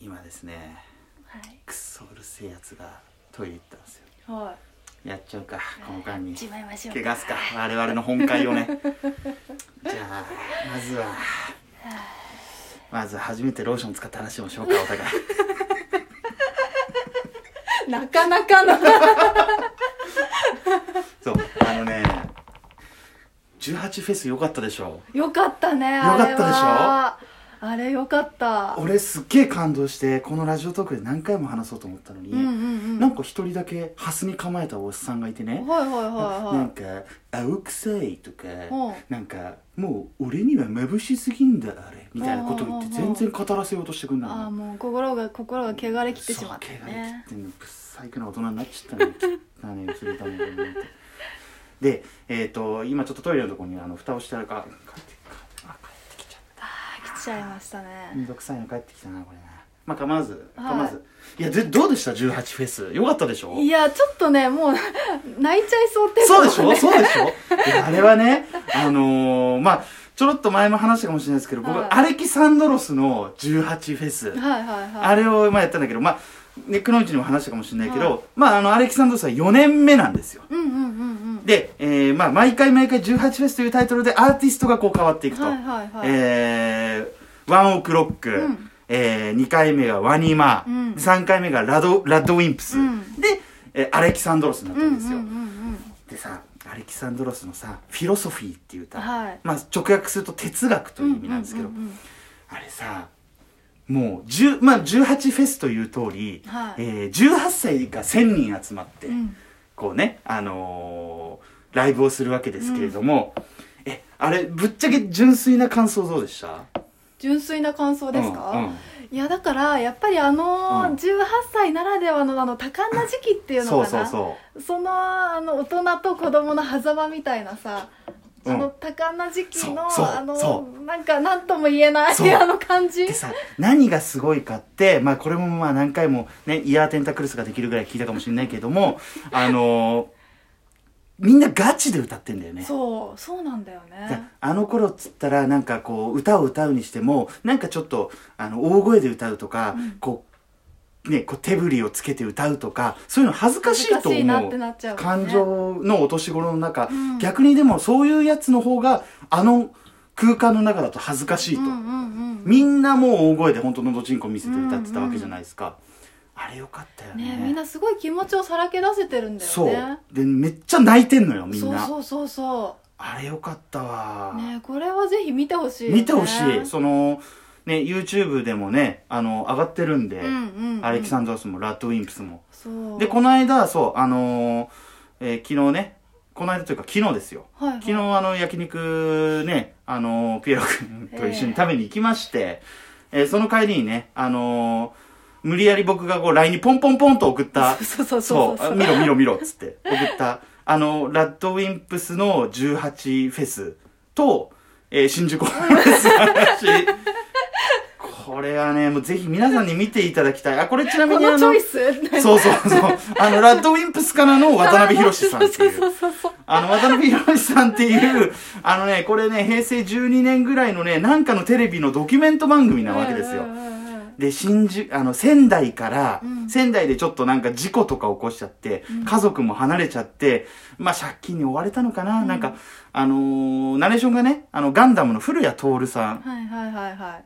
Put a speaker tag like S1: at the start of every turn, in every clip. S1: 今ですね
S2: はい
S1: クソうるせえやつがトイレ行ったんですよ
S2: は
S1: やっちゃうか
S2: い
S1: この間に
S2: しまいましょう
S1: 怪我すか我々の本会を ねじゃあまずはまず初めてローション使った話をしようかお 互い
S2: なかなかの
S1: そうあのね18フェス良かったでしょ
S2: よかったね
S1: よかったでしょ
S2: あれはあれよかった
S1: 俺すっげえ感動してこのラジオトークで何回も話そうと思ったのに、
S2: うんうんう
S1: なんんか一人だけハスに構えたおっさんがいてね、
S2: はいはいはい
S1: なん
S2: は
S1: か青臭いとか
S2: うん
S1: なんかもう俺には眩しすぎんだあれみたいなことを言って
S2: うんうんうんう
S1: 全
S2: ん
S1: 然語らせようとしてくん
S2: い
S1: ない
S2: ああもう心が心が汚れきってしまった
S1: そう汚れ
S2: ね
S1: 切ってんのぶっさいくな大人になっちゃったの汚ね薄れたもんだなってでえっ、と今ちょっとトイレのところにあの蓋をしてあるから帰ってあ帰ってきちゃっ
S2: ああ来ちゃいました
S1: ため
S2: ね
S1: んどくさいの帰ってきたなこれなまあ構わず
S2: はい
S1: 構わず、い、やでどうでした18フェスよかったでしょ
S2: いやちょっとねもう 泣いちゃいそうってい
S1: そうでし
S2: か
S1: ょそうでしょいやあれはね、あのーまあ、ちょろっと前も話したかもしれないですけど、僕、
S2: はい
S1: アレキサンドロスの18フェス、
S2: はいはいはい
S1: あれをまあやったんだけど、まあ、ネックのうちにも話したかもしれないけど、
S2: はい
S1: まあ、あの、アレキサンドロスは4年目なんですよ。
S2: うんうんうんうん
S1: で、えーまあ、毎回毎回18フェスというタイトルでアーティストがこう変わっていくと。
S2: はいはいはい
S1: えーワンオクロック、
S2: ん
S1: えー、2回目がワニマ、
S2: うん
S1: 3回目がラドラッドウィンプス、
S2: うん
S1: で、えーアレキサンドロスになっ
S2: う
S1: た
S2: んうんん
S1: で
S2: う
S1: すよ。
S2: んうん
S1: でさアレキサンドロスのさ「フィロソフィー」っていう歌、
S2: はい
S1: まあ、直訳すると哲学という意味なんですけど、
S2: うんうんうんうん
S1: あれさもう10、まあ、18フェスという通り、
S2: はい
S1: えー18歳が1000人集まって、
S2: うん
S1: こうね、あのーライブをするわけですけれども、えあれぶっちゃけ純粋な感想どうでした
S2: 純粋な感想ですか、
S1: うんうん
S2: いやだからやっぱりあのー
S1: うん
S2: 18歳ならではのあの多感な時期っていうのか
S1: そ
S2: な
S1: うそうそ
S2: そのあの大人と子供の狭間みたいなさ
S1: う
S2: その
S1: ん
S2: 多感な時期の、
S1: そうそう
S2: あの
S1: そ
S2: なんか何とも言えない
S1: そう
S2: あの感じ
S1: でさ何がすごいかって、まあ、これもまあ何回も、ね、イヤーテンタクルスができるぐらい聞いたかもしれないけどもあのーみんなガチで歌ってんだよね
S2: そうそうなんだよね
S1: あの頃っつったらなんかこう歌を歌うにしてもなんかちょっとあの大声で歌うとか、こうね、こう手振りをつけて歌うとかそういうの恥ずかしいと
S2: 恥ずかしいな
S1: 思
S2: ってなっちゃう
S1: う
S2: もんね
S1: 感情のお年頃の中、
S2: ん
S1: 逆にでもそういうやつの方があの空間の中だと恥ずかしいと、
S2: うんうん
S1: みんなもう大声で本当のどちんこ見せて歌ってたわけじゃないですか、あれよかったよ
S2: うん
S1: ね
S2: ねみんなすごい気持ちをさらけ出せてるんだよ
S1: そう
S2: ね
S1: でめっちゃ泣いてんのよみんな
S2: そうそうそうそ
S1: あれよかったわ
S2: う、ねこれはぜひ見てほしいよね
S1: 見てほしいそのね YouTube でもねあの上がってるんで、
S2: うんうんうん
S1: アレキサンドロスもラッドウィンプスも
S2: そう
S1: でこの間そうあのーえー昨日ねこの間というか昨日ですよ
S2: はいはい、
S1: 昨日あの焼肉ねあのーピエロ君と一緒に食べに行きまして、えーその帰りにねあのー無理やり僕がこう LINE にポンポンポンと送った
S2: そうそ
S1: そ
S2: うそううそう
S1: あ見ろ見ろ見ろっつって送ったあのラッドウィンプスの18フェスと、えー新宿ホームレスの話これはねもうぜひ皆さんに見ていただきたいあこれちなみ
S2: こ
S1: にあ
S2: の
S1: の
S2: チョイ
S1: そ
S2: ス
S1: うそうそうあのラッドウィンプスからの渡辺宏さんっていう
S2: そうそうそうそう
S1: あの、渡辺宏さんっていう、あのね、これね、平成12年ぐらいのね、なんかのテレビのドキュメント番組なわけですよ
S2: う。んうんうんうん
S1: で、新宿、あの、仙台から、
S2: うん
S1: 仙台でちょっとなんか事故とか起こしちゃって、家族も離れちゃって、まあ借金に追われたのかな、なんか、あのーナレーションがね、あの、ガンダムの古谷徹さん、
S2: はいはいはいはい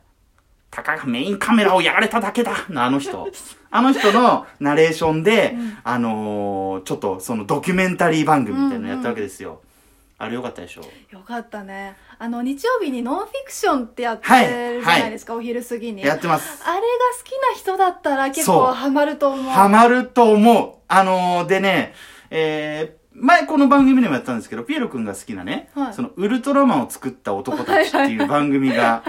S1: たかがメインカメラをやられただけだのあの人。あの人のナレーションで、あのーちょっとそのドキュメンタリー番組みたいなのやったわけですよ。あれよかったでしょ
S2: よかったねあの日曜日にノンフィクションってやって
S1: はい
S2: るじゃないですか、お昼過ぎに
S1: やっ
S2: あれが
S1: てます。
S2: 好きな人だったら結
S1: そう
S2: 構ハマると思う
S1: ハマると思う。あのーでね、えー前この番組でもやったんですけど、ピエロくんが好きなね、
S2: はい
S1: そのウルトラマンを作った男たちっていう番組が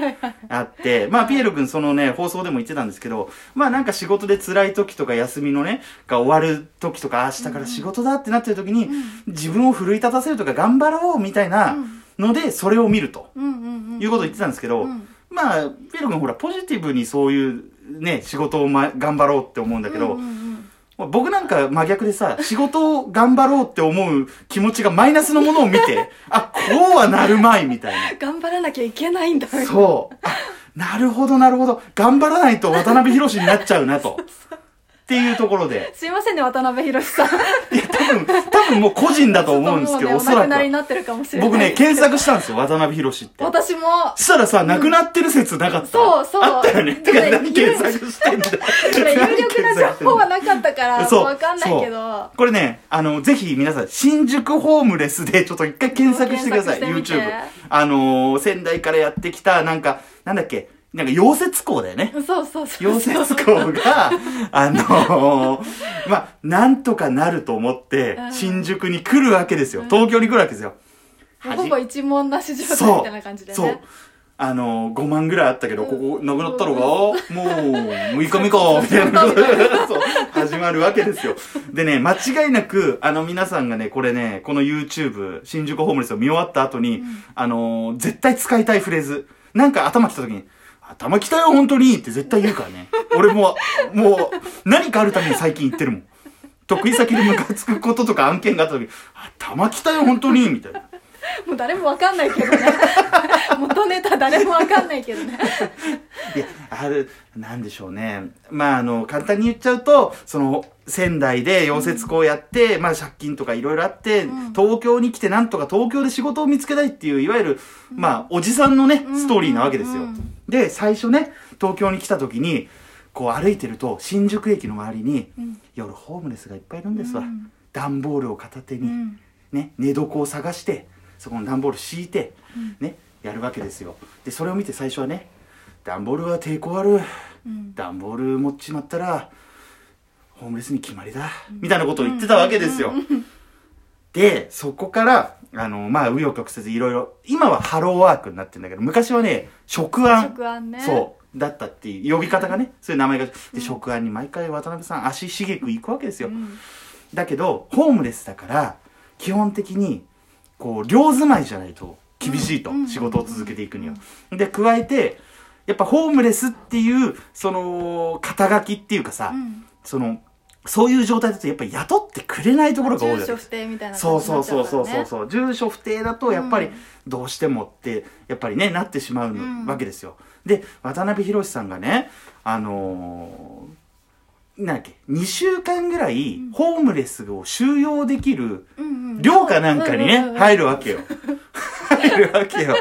S1: あって、まあピエロくんそのね、放送でも言ってたんですけど、まあなんか仕事で辛い時とか休みのね、が終わる時とか、あ明日から仕事だってなってる時に、自分を奮い立たせるとか頑張ろうみたいなので、それを見ると。
S2: うんうんうん
S1: いうことを言ってたんですけど、
S2: うん
S1: まあ、ピエロ君ほら、ポジティブにそういうね、仕事を、ま、頑張ろうって思うんだけど、
S2: うんうん
S1: まあ僕なんか真逆でさ、仕事を頑張ろうって思う気持ちがマイナスのものを 見て、あ、こうはなるまいみたい
S2: うん頑張らなきゃいけないんだ
S1: な。そう。あ、なるほど、なるほど。頑張らないと渡辺博になっちゃうな と。っていうところで。
S2: すいませんね渡辺宏さん
S1: いや、多分、多分もう個人だと思うんですけど、
S2: も
S1: お
S2: う
S1: そ
S2: ね、お亡
S1: ら
S2: く
S1: く
S2: なりに
S1: は。
S2: なってるかもしれない
S1: 僕ね、検索したんですよ、渡辺博って。
S2: 私も
S1: したらさ、亡くなってる説なかった。
S2: そうそう
S1: あったよね。て
S2: で
S1: か、
S2: ね
S1: 何検索してんだよ
S2: 有力な情報はなかったから
S1: そう
S2: 分かんないけど
S1: これね、あの、ぜひ皆さん、新宿ホームレスでちょっと一回検索してください、
S2: 検索してみ
S1: YouTube
S2: て。
S1: あのー仙台からやってきた、なんか、なんだっけ、なんか溶接工だよね。
S2: そうそうそうそう
S1: 溶接工が、あのーまあ、なんとかなると思って
S2: う、ん
S1: 新宿に来るわけですよ。東京に来るわけですよ。
S2: ほぼ一問なし状態み
S1: そ
S2: たいな感じで
S1: う。そ
S2: ね
S1: う。あのー、5万ぐらいあったけど、
S2: うん
S1: ここ、なくなったのかもう、6日目 か、みたいなことで、そう、始まるわけですよ。でね、間違いなく、あの、皆さんがね、これね、この YouTube、新宿ホームレスを見終わった後に、あのー、絶対使いたいフレーズ、なんか頭きた時に、頭きたよ、本当にって絶対言うからね。俺も、もう、何かあるために最近言ってるもん。得意先でムカつくこととか案件があった時に、頭きたよ、本当にみたいな。
S2: もう誰も分かんないけど ね元ネタ誰も分かんないけどね
S1: いや、ある、なんでしょうね。まあ、あの、簡単に言っちゃうと、その、仙台で溶接工やって、まあ、借金とかいろいろあって、
S2: ん
S1: 東京に来てなんとか東京で仕事を見つけたいっていう、いわゆる、まあ、おじさんのね、
S2: うん
S1: ストーリーなわけですよ。
S2: うん
S1: で、最初ね、東京に来た時に、こう歩いてると、新宿駅の周りに、
S2: うん
S1: 夜ホームレスがいっぱいいるんですわ。
S2: うん
S1: 段ボールを片手
S2: う
S1: に、
S2: ん
S1: ね、寝床を探してそこの段ボール敷いて、ねやるわけですよでそれを見て最初はね段ボールは抵抗ある
S2: うん
S1: 段ボール持っちまったらホームレスに決まりだ、みたいなことを言ってたわけですよ、でそこからあのまあ紆余曲折いろいろ今はハローワークになってるんだけど昔はね職案
S2: 食案ね
S1: そうだったっていう呼び方がねそういう名前がで、職案に毎回渡辺さん足しげく行くわけですよ、
S2: ん
S1: だけどホームレスだから基本的にこう寮住まいじゃないと厳しいと、
S2: うん
S1: 仕事を続けていくには。で加えてやっぱホームレスっていうその肩書きっていうかさ、
S2: うん
S1: そのそういう状態だとやっぱ雇ってくれないところが多いわ
S2: 住
S1: け
S2: 所不定みたいな
S1: そ
S2: 感
S1: う
S2: じに
S1: そ
S2: な
S1: う
S2: っちゃ
S1: そうそう
S2: か
S1: そ
S2: ら
S1: う
S2: ね
S1: そう、住所不定だとやっぱ
S2: う
S1: り
S2: ん
S1: どうしてもってやっぱりねなってしまう
S2: うん
S1: わけですよ、で渡辺宏さんがねあのーなんだっけ2週間ぐらいホームレスを収容できる
S2: うんうん
S1: 寮かなんかに
S2: うんうんうん
S1: ね
S2: うん
S1: 入るわけよ入るわけよ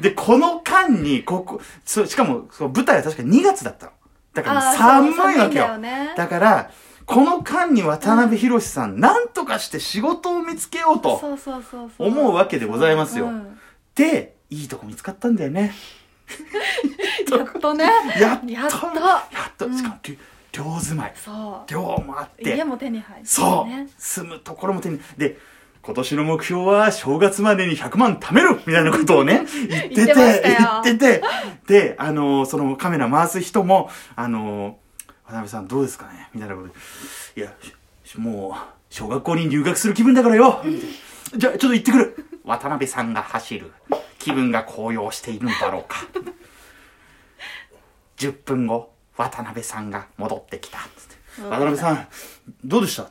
S1: でこの間にここそうしかもそう舞台は確か2月だったのだから
S2: あー
S1: 寒
S2: そう
S1: いわけよ
S2: 寒んだよね
S1: だから、この間に渡辺博さん、なんとかして仕事を見つけようと。
S2: そうそうそうそう
S1: 思うわけでございますよ
S2: うん
S1: で、いいとこ見つかったんだよね。
S2: やっとね
S1: やっとや
S2: やっと
S1: っ
S2: う
S1: と、
S2: ん
S1: しかも、り寮住まい。
S2: そ
S1: 寮もあっ
S2: う家
S1: て。
S2: も手に入って
S1: そう、
S2: ね
S1: 住むところも手に。で、今年の目標は正月までに100万貯めるみたいなことを ね、言ってて、
S2: 言ってましたよ
S1: 言ってて、で、あのーそのカメラ回す人も、あのー渡辺さんどうですかねみたいなことで、いや、しもう、小学校に入学する気分だからよじゃあ、ちょっと行ってくる渡辺さんが走る。気分が高揚しているんだろうか。10分後、渡辺さんが戻ってきた。つって
S2: うん
S1: 渡辺さん、どうでした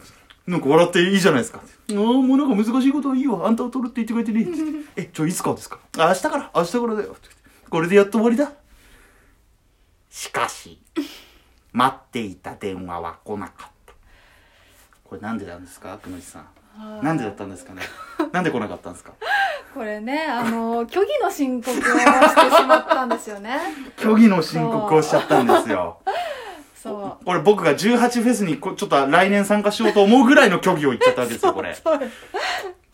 S1: なんか笑っていいじゃないですか。ああ、もうなんか難しいことはいいわ。あんたを取るって言ってくれてね。つ ってえ、ちょ、いつからですかあ明日から、明日からだよ。つってこれでやっと終わりだ。しかし、待っていた電話は来なかった。これなんでなんですかくのじさん。
S2: はい
S1: なんでだったんですかね。なんで来なかったんですか。
S2: これねあの虚偽の申告をしてしまったんですよね
S1: 虚偽の申告をしちゃったんですよ。
S2: そう
S1: これ僕が18フェスにこちょっと来年参加しようと思うぐらいの虚偽を言っちゃったわけですよ、これ。
S2: そう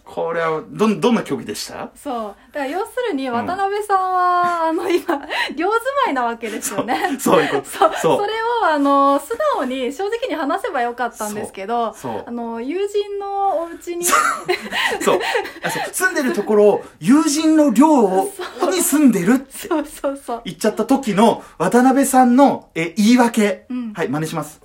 S1: これは、どん、どんな虚偽でした
S2: そうだから要するに
S1: ん
S2: 渡辺さんは、あの今寮住まいなわけですよね
S1: そういうこと。
S2: そう
S1: そう
S2: それをあの素直に正直に話せばよかったんですけど
S1: そうそう
S2: あの友人のお家に
S1: そうあそう。住んでるところを、友人の寮をに住んでるって
S2: そうそうそう
S1: 言っちゃった時の渡辺さんのえ言い訳、
S2: うん
S1: はい、真似します。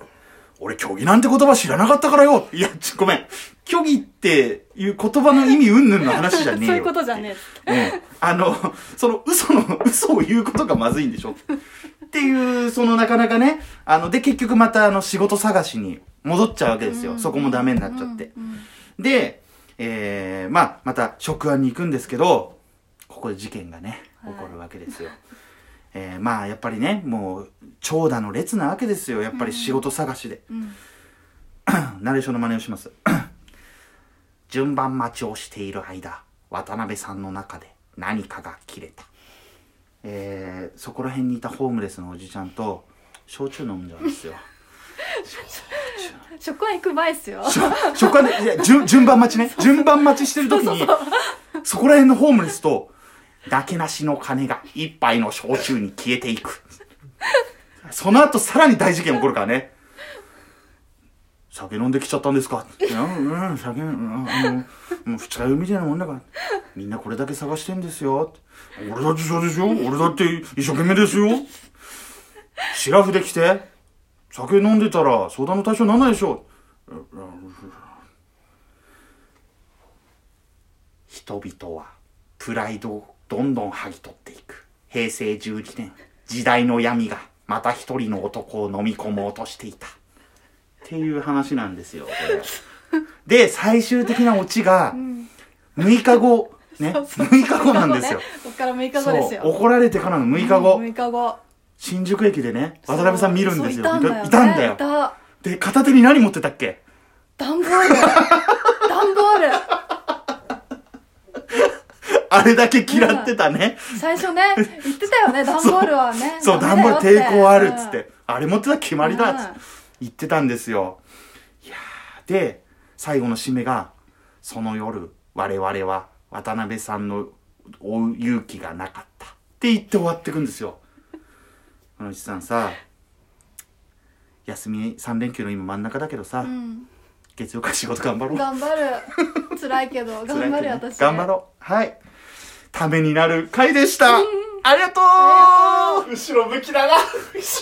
S1: 俺、虚偽なんて言葉知らなかったからよ。いや、ちょごめん。虚偽っていう言葉の意味云々の話じゃ
S2: そう
S1: ねえよ。
S2: いうことじゃね
S1: うんあの、その嘘の、嘘を言うことがまずいんでしょっていう、そのなかなかね、あの、で、結局またあの仕事探しに戻っちゃうわけ
S2: え
S1: ですよ。
S2: うん
S1: そこもダメになっちゃって。
S2: うんうん
S1: で、えー、まあ、また職案に行くんですけど、ここで事件がね、
S2: はい
S1: 起こるわけですよ。 えーまあやっぱりねもう長蛇の列なわけですよやっぱり仕事探しで、
S2: うん
S1: ナレーションの真似をします 順番待ちをしている間渡辺さんの中で何かが切れたえーそこら辺にいたホームレスのおじちゃんと焼酎飲んじゃうんですよ
S2: 食は行く前っすよ
S1: そこはねいや順順番待ちね順番待ちしてる時にそこら辺のホームレスとだけなしの金が一杯の焼酎に消えていくその後さらに大事件起こるからね酒飲んできちゃったんですかいやうんうん酒うんうんもうもう二日酔いみたいなもんだからみんなこれだけ探してんですよ俺だってそうですよ俺だって一生懸命ですよシラフで来て酒飲んでたら相談の対象にならないでしょ人々はプライドをどんどん剥ぎ取っていく平成12年時代の闇がまた一人の男を飲み込もうとしていたっていう話なんですよこれで最終的なオチが6日後ね6日後なんですよ
S2: ねこっから6日後ですよ
S1: そう怒られてからの6日後、
S2: 6日後
S1: 新宿駅でね渡辺さん見るんですよ
S2: そういたんだよね
S1: いたんだよ
S2: いた
S1: で片手に何持ってたっけ
S2: 段ボー ル段ボール
S1: あれだけ嫌ってたね、
S2: 最初ね言ってたよね段ボールはね
S1: そう、
S2: ダ
S1: ダ
S2: メ
S1: ン
S2: だ
S1: ボール
S2: よって
S1: 抵抗あるっつっ
S2: うん
S1: て、あれ持ってたら決まりだっつっ
S2: う
S1: て
S2: ん
S1: 言ってたんですよ。いやーで、最後の締めが、その夜、我々は渡辺さんの追う勇気がなかった。って言って終わってくんですよ。このうちさんさ、休み3連休の今真ん中だけどさ、
S2: うん
S1: 月曜から仕事頑張ろう。
S2: 頑張る辛いけ
S1: 辛
S2: ど
S1: いけ
S2: 頑
S1: どね
S2: 張る私
S1: 頑張ろう。はい。ためになる回でした。ありがとう後ろ向きだな。後ろ